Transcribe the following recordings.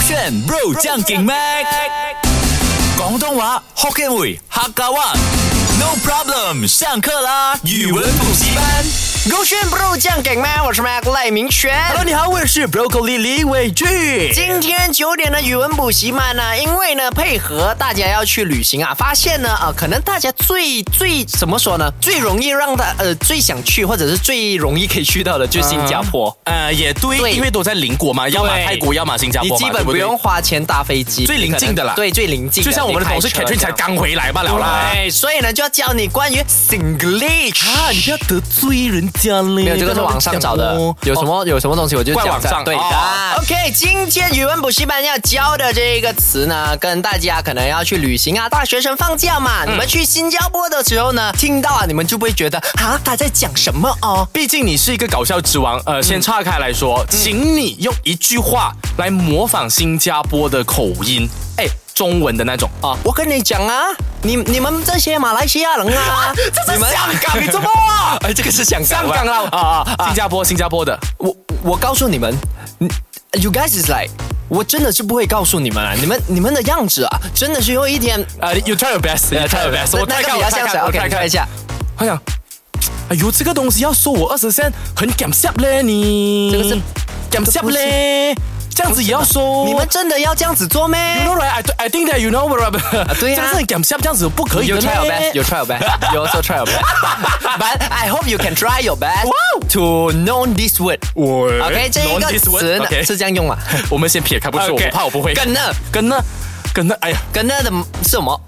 选 Bro 将劲 Mac，广东话 Hokkien 语客家话。No problem，上课啦！语文补习班。勾选 bro 酱给麦，我是 Mac 赖明轩。呃 Hello，你好，我是 Broccoli 李伟俊。今天九点的语文补习班呢，因为呢配合大家要去旅行啊，发现呢啊、呃，可能大家最最怎么说呢，最容易让大呃最想去或者是最容易可以去到的就是新加坡，呃，也对，对因为都在邻国嘛，要么泰国，要么新加坡你嘛，基本啊对不对用。花钱搭飞机，最临近的啦你可能对，最临近的。就像我们的同事你开车 Catherine 才这样刚回来罢了啦。对，哎所以呢就要教你关于 Singlish 啊，你不要得罪人家嘞。没有，这个是网上找的不有要乱。讲哦什么有什么东西，我就怪讲网上对的。哦 OK，今天语文补习班要教的这个词呢，跟大家可能要去旅行啊，大学生放假嘛，嗯你们去新加坡的时候呢，听到啊，你们就不会觉得啊他在讲什么哦。毕竟你是一个搞笑之王，呃，先岔开来说，请你用一句话来模仿新加坡的口音，哎，中文的那种。啊，我跟你讲啊，你你们这些马来西亚人 啊，你们香港，你怎么啊？ 哎，这个是香港香港啦，啊啊啊，新加坡，新加坡的。我我告诉你们嗯，You guys is like，我真的是不会告诉你们啊，你们你们的样子啊，真的是有一点。呃，you try your best，you try your best。那我那个比看看，我较看像谁看，我？OK，看你看看一。下，他想，哎呦，这个东西要收我二十三，很感谢嘞你。这个是感谢嘞，这样子也要收。你们真的要这样子做咩？ You know right? I I think that you know right. 对啊这样子很感谢，这样子不可以的 You 嘞。 try your best. You try your best. You also try your best. But I hope you can try your best to know this word. 我 OK，这一个词呢是这样用啊。我们先撇开不说， OK 我怕我不会。啊跟呢，跟呢，跟呢，哎呀，跟呢的是什么？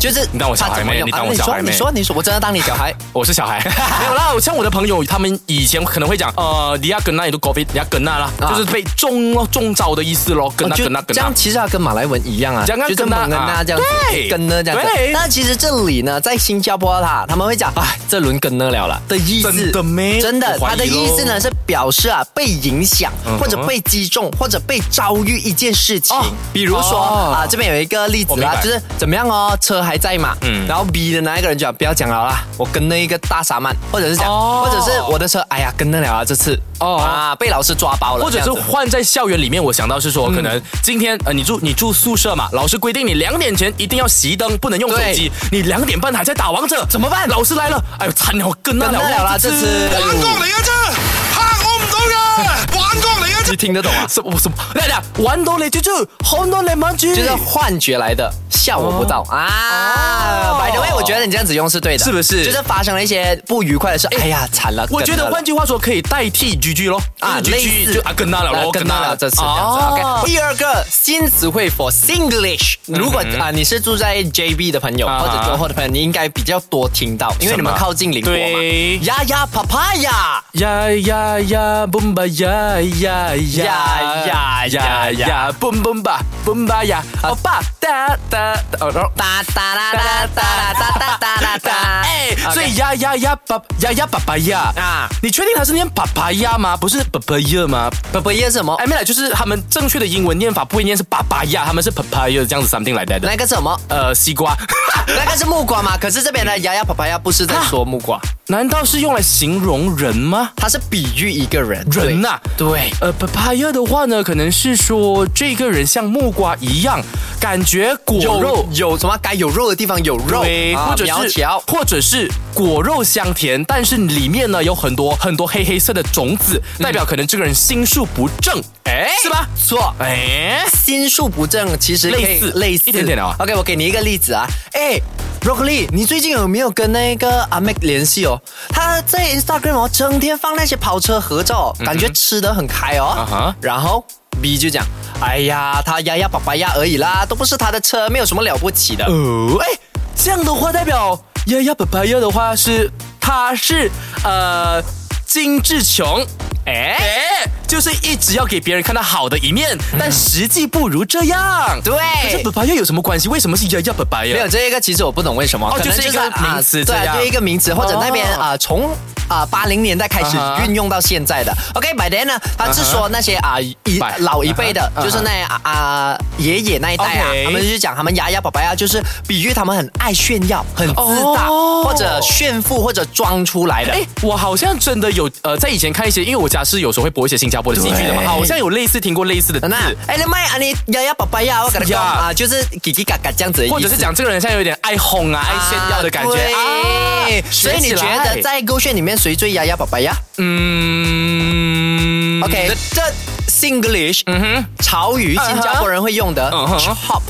就是你当我小它孩妹怎么用你当我啊小孩你说，妹你说，你说，我真的当你小孩。我是小孩，没有啦。 像我的朋友，他们以前可能会讲，呃，你要跟那，你都 COVID，你要跟那啦，啊就是被中咯，中招的意思咯，跟那哦就跟那跟这那样，。其实它跟马来文一样啊，这样跟就跟跟那那啊这样子，对跟呢这样子对。那其实这里呢，在新加坡啦，他们会讲，哎，这轮跟呢了了的意思，真的咩真的，我怀它疑的意思呢咯是表示啊被影响，或者被击中，或者被遭遇一件事情嗯哦。比如说哦啊，这边有一个例子我明啦，白就是怎么样哦，车还在嘛，嗯然后 B 的那一个人就讲不要讲了啦，我跟那一个大傻曼，或者是讲，哦或者是我的车，哎呀跟那了啊这次，哦啊被老师抓包了，或者这是样子换在校园里面，我想到是说，可嗯能今天呃，你住你住宿舍嘛，老师规定你两点前一定要熄灯，不能用手机。你两点半还在打王者，怎么办？老师来了，哎呦，惨了，我跟得跟了得了啦，这次玩角嚟啊嘅啫，吓我唔到噶，玩角嚟嘅啫你。听得懂啊？ 什么什么？来来，玩到你就就，红到你满去， 就是幻觉来的，效果不到、啊。哦 By the way，我觉得你这样子用是对的，是不是就是发生了一些不愉快的事，哎呀，惨了。我觉梗得了换句话说，可以代替 GG 咯，啊，就是类 GG 似就啊跟那了啊咯，跟那了这次这样子。哦 OK，第二个新词汇 for Singlish，如果啊你是住在 JB 的朋友嗯啊或者中后的朋友，你应该比较多听到，因为什么你们靠近邻国嘛。对呀呀，papaya。呀呀呀，蹦吧呀呀呀呀呀啊呀呀呀，蹦蹦吧，蹦吧呀，欧巴哒哒哒，哦然后哒哒啦哒哒啦哒哒哒啦哒。 哎，啊 OK 所以呀呀呀爸呀呀爸爸呀啊啊，你确定他是念爸爸呀吗？不是爸爸呀吗？ papaya 是什么哎，？没来，就是他们正确的英文念法不会念是爸爸呀，他们是 papaya 这样子 something like that 的。那个是什么？呃，西瓜， 那个是木瓜嘛？可是这边的牙牙papaya 不是在说木瓜，难道是用来形容人吗？它是比喻一个人。人呐、对，呃，papaya 的话呢，可能是说这个人像木瓜一样，感觉果有肉肉有什么该有肉的地方有肉，对，啊或者苗是条。或者是果肉香甜，但是里面呢有很多很多黑黑色的种子，嗯代表可能这个人心术不正，哎、是吧？错，哎，心术不正其实可以类似类似一点点了啊哦 OK，我给你一个例子啊，哎。Broccoli，你最近有没有跟那个阿 Mac 联系哦？他在 Instagram 哦，整天放那些跑车合照，感觉吃的很开哦。啊哈然后 B 就讲，哎呀，他呀呀爸爸呀而已啦，都不是他的车，没有什么了不起的。哦，哎，这样的话代表呀呀 papaya 的话是他是呃金志琼。哎，就是一直要给别人看到好的一面，但嗯实际不如这样。对可是 papaya 有什么关系？为什么是呀呀 papaya？没有这个，其实我不懂为什么，哦可能就是一个啊名对词这啊，样就一个名词，或者那边哦啊，从啊八零年代开始啊哈运用到现在的。OK，by then 呢，他是说那些啊一百老一辈的啊，哈就是那啊啊爷爷那一代啊， OK 他们就讲他们牙牙宝宝呀，就是比喻他们很爱炫耀、很自大，哦或者炫富，或者装出来的。哎哎，我好像真的有呃，在以前看一些，因为我家是有时候会播一些新加坡的喜剧的嘛，对好像有类似听过类似的字，那哎，你卖啊你呀呀爸爸呀，我跟他讲呀啊，就是叽叽嘎嘎这样子的意思，或者是讲这个人现在有点爱哄啊、爱炫耀的感觉啊对啊所以你学觉起来得在勾选里面谁最呀呀爸爸呀嗯？OK，这 Singlish，嗯哼，潮语，新加坡人会用的嗯哼 chop。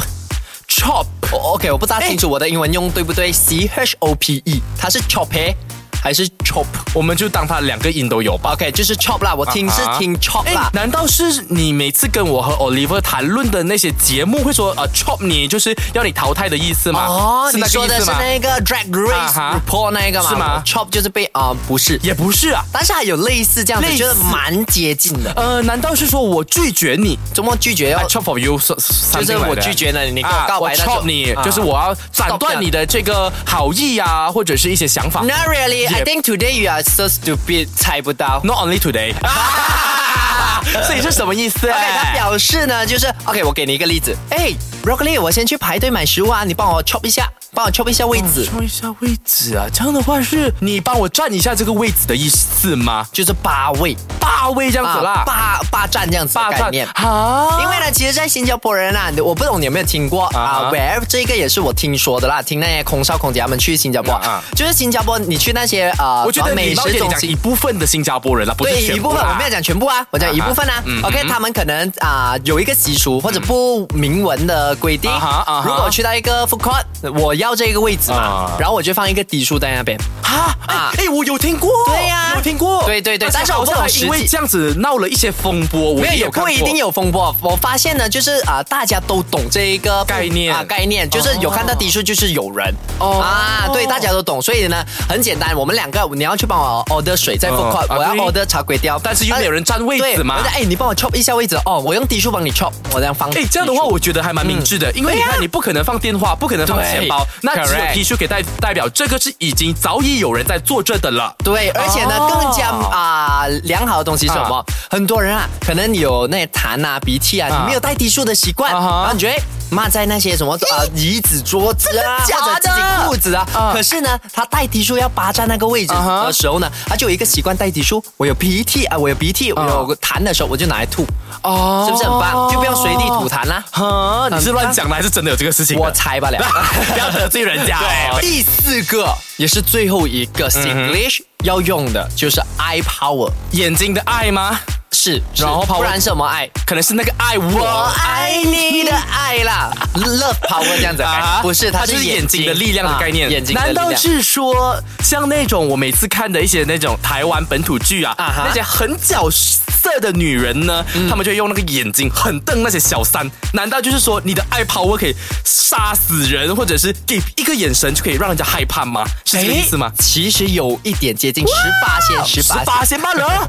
chop O- OK，我不大清楚我的英文用对不哎对？C H O P E，它是 chop 诶还是 chop？我们就当它两个音都有吧。 OK，就是 chop 啦，我听是啊哈听 chop 哎啦，。难道是你每次跟我和 Oliver 谈论的那些节目会说呃 chop 你就是要你淘汰的意思吗？哦，是你那个说意的思是吗？那个 Drag 啊 Race 哈 Report 那一个吗？是吗我？Chop 就是被啊，不是，也不是啊，但是它有类似这样子，类似觉得蛮接近的。呃，难道是说我拒绝你？怎么拒绝哦要 I？chop 啊 for you，so- something 就是 like 我 that 拒绝了你你跟我啊告白我那就 chop 你啊，就是我要斩断你的这个好意啊，或者是一些想法。 Not really. I Yeah. think today you are so stupid. 猜不到。 Not only today，啊 所以是什么意 思哎 OK，他表示呢，就是 OK，我给你一个例子。哎，Broccoli，我先去排队买食物啊，你帮我 chop 一下，帮我 chop 一下位置，啊说一下位置啊，这样的话是你帮我占一下这个位置的意思吗？就是八位啊霸位这样子啦，霸霸占这样子的概念。啊，因为呢，其实，在新加坡人啊，我不懂你有没有听过啊啊哈 w h e r e 这个也是我听说的啦，听那些空少空姐他们去新加坡，啊啊就是新加坡，你去那些呃，我觉得美你了食解你中讲心一。部分的新加坡人了，不是对全一部分，啦我没有讲全部啊，我讲一部分啊。OK，他嗯们可能啊、有一个习俗或者不明文的规定啊哈啊哈如果去到一个 food court，我要这个位置嘛啊然后我就放一个低数在那边。啊，啊哎哎，我有听过，对呀有听过，对对对但是我好不像懂还因实为际这样子闹了一些风波，我没有，也也有不看过一定有风波。我发现呢，就是啊、大家都懂这一个概念啊、概念就是有看到低数就是有人哦啊，对，大家都懂。所以呢，很简单，我们两个你要去帮我 order 水在 food court，、嗯啊我要对 order 茶粿条，但是又没有人占位对，置嘛我。讲哎，你帮我 chop 一下位置哦，我用低数帮你 chop，我这样放低数。哎，这样的话我觉得还蛮明智的，因为你看你不可能放电话，不可能放对钱包，那只有 Correct T 恤可以代代表这个是已经早已有人在做这的了。对，而且呢，哦更加啊、良好的东西是什么？啊很多人啊，可能有那痰啊、鼻涕啊，啊你没有带滴数的习惯，啊哈然后你觉得。骂在那些什么啊椅子、桌子啊，真的假的或者自己裤子啊。啊可是呢，他带滴数要霸占那个位置啊哈的时候呢，他就有一个习惯带滴数。我有鼻涕啊，我有鼻涕，我有痰的时候，我就拿来吐，哦啊是不是很棒？就不用随地吐痰啦。哈，你是乱讲的还是真的有这个事情的？我猜 罢了。嗯不要得罪 人家哦。第四个也是最后一个嗯 English 要用的就是 eye power。眼睛的爱吗？是，然后是 power- 不然什么爱？可能是那个爱我我爱你的爱啦，love power 这样子，不是，它它就是是眼眼睛睛的力量的概念。啊眼睛的难力量道是说像那种我每次看的一些那种台湾本土剧啊，啊哈嗯那些很角色的女人呢，她们就会用那个眼睛很瞪那些小三。难道就是说你的爱 power 可以杀死人，或者是给一个眼神就可以让人家害怕吗？是这个意思吗诶？其实有一点接近十八线，十八十八仙罢了。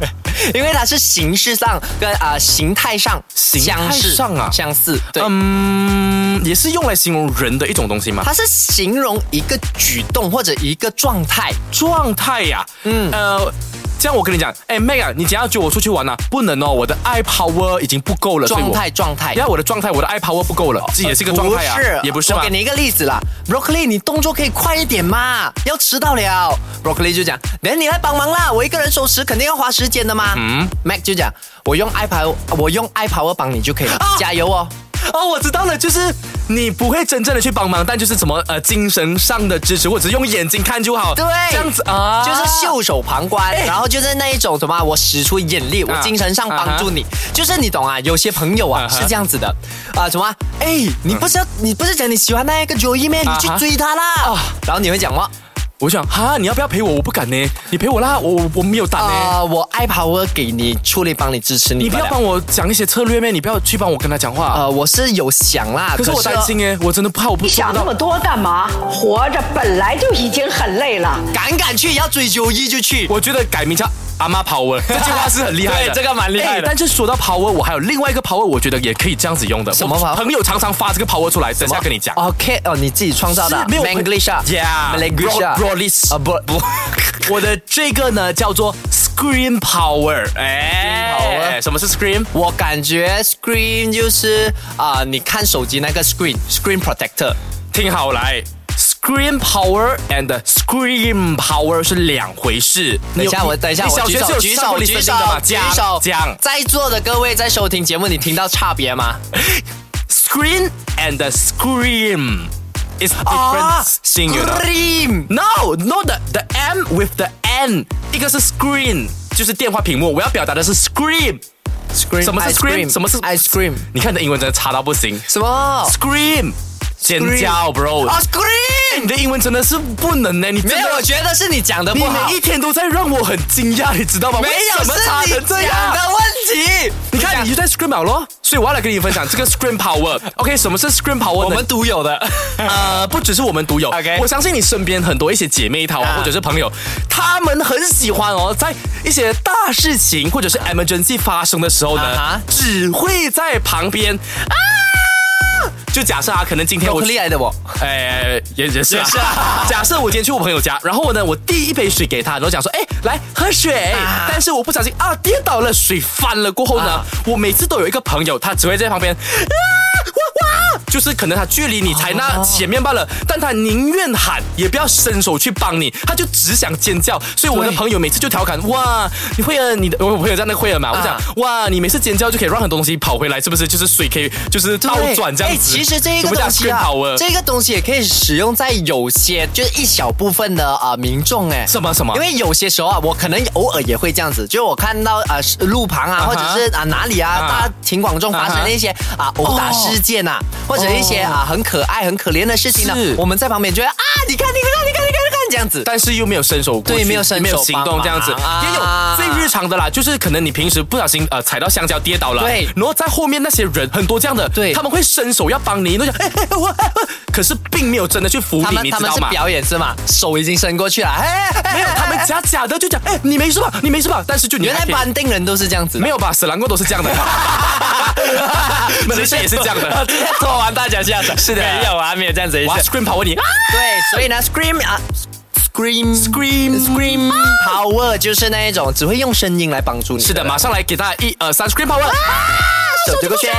因为它是形式上跟啊、形态上态相似上啊相似， 对。嗯，也是用来形容人的一种东西吗？它是形容一个举动或者一个状态，状态呀、嗯，呃。这样我跟你讲，哎，Meg 啊，你今天要约我出去玩啊？不能哦，我的爱 power 已经不够了，所以状我态状态因为。我的状态，我的爱 power 不够了，这也是一个状态啊，不是，也不是我嘛给。你一个例子啦，Broccoli，你动作可以快一点嘛，要迟到了。Broccoli 就讲，等你来帮忙啦，我一个人收拾肯定要花时间的嘛。嗯，Mac 就讲，我用 i power，我用 i power 帮你就可以了，啊加油哦。哦，我知道了，就是你不会真正的去帮忙，但就是怎么呃精神上的支持，或者是用眼睛看就好，对这样子啊，哎就是袖手旁观，然后就是那一种什么啊，我使出眼力，我啊精神上帮助你，就是你懂啊？有些朋友啊啊哈是这样子的，啊什么啊？哎，你不是要你不是讲你喜欢那一个 Joey 咩？你啊哈去追他啦，然后你会讲吗？我想哈，你要不要陪我？我不敢呢，你陪我啦，我我我没有胆呢。啊，我 i power 给你出力帮你支持你你罢不了，要帮我讲一些策略咩？你不要去帮我跟他讲话。呃，我是有想啦，可是我担心哎，我真的怕我不你做想不那到么多干嘛？活着本来就已经很累了。敢敢去要追九一就去。我觉得改名叫阿妈 power 这句话是很厉害的，对这个蛮厉害的哎但是说到 power，我还有另外一个 power，我觉得也可以这样子用的。什么我 power？朋友常常发这个 power 出来，等下跟你讲。 OK，哦，你自己创造的是没有 Manglish 啊 Yeah， Manglish 啊 Ro- Rollis 啊不不， 我的这个呢叫做 screen power，哎 Screen power 什么是 screen？我感觉 screen 就是啊，你看手机那个 screen screen protector，听好来。 screen power and scream power 是两回事。等一下，你有我等一下，你我小举学手就有举上手过举 listening 手的嘛举讲手讲在座的各位在收听节目，你听到差别吗？ screen and scream is different thing，you know。 Scream No, no, the the M with the N，一个是 screen，就是电话屏幕。我要表达的是 scream。 scream 什么是 scream？什么是 ice cream？你看你的英文真的差到不行。什么？ scream，尖叫，bro。啊，scream！你的英文真的是不能呢、你真没的有，我觉得是你讲的你不好每一，天都在让我很惊讶，你知道吗？没有为什么差是成你这讲样的？问题。你看，你就在 scream 了咯，所以我要来跟你分享这个 scream power。OK，什么是 scream power 呢？我们独有的， 呃，不只是我们独有 OK 我相信你身边很多一些姐妹淘啊，啊或者是朋友，他们很喜欢哦，在一些大事情或者是 emergency 发生的时候呢啊哈只会在旁边啊。就假设啊，可能今天巧我克力来的我。哎，也也是啊。也是啊 假设我今天去我朋友家，然后呢，我递一杯水给他，然后讲说，哎，来喝水。啊但是我不小心啊跌倒了，水翻了过后呢，啊我每次都有一个朋友，他只会在旁边啊哇哇，就是可能他距离你才那哦前面罢了，但他宁愿喊也不要伸手去帮你，他就只想尖叫。所以我的对朋友每次就调侃，哇，你会呃了你的，我朋友在那个会了嘛，我讲啊哇，你每次尖叫就可以让很多东西跑回来，是不是？就是水可以就是倒对转这样哎子。其实这一个我们讲东西啊 screen power，这个东西也可以使用在有些就是一小部分的啊、呃民众哎。什么什么因为有些时候啊，我可能偶尔也会这样子，就是我看到啊、呃、路旁啊，哈或者是啊、哪里啊，啊大家庭广众发生啊哈哦的一些啊、殴打事件呐、或者一些啊、很可爱、很可怜的事情呢是，我们在旁边觉得啊，你看，你看，你看，你看，你看这样子。但是又没有伸手过对去没有伸手没有行动这样子，帮忙啊也有最日常的啦，就是可能你平时不小心呃踩到香蕉跌倒了，对然后在后面那些人很多这样的，对他们会伸手要帮你，那就哎哎哎我哎哎可是并没有真的去扶他你，们你他知们道是吗？表演是吗？手已经伸过去了，哎，哎没 有，他们假假的就讲哎你没事吧，你没事吧，但是就你原来还可以班定人都是这样子的。没有吧，死狼过都 是这样的，马来西亚也是这样的，直接拖完大家下场。 是的没有啊，没有这样子的意哇思。 scream 跑问你啊，对，所以呢，scream 啊，scream Scream scream power 就是那一种只会用声音来帮助你。呃是的，马上来给大家一二三 scream power。手这个圈。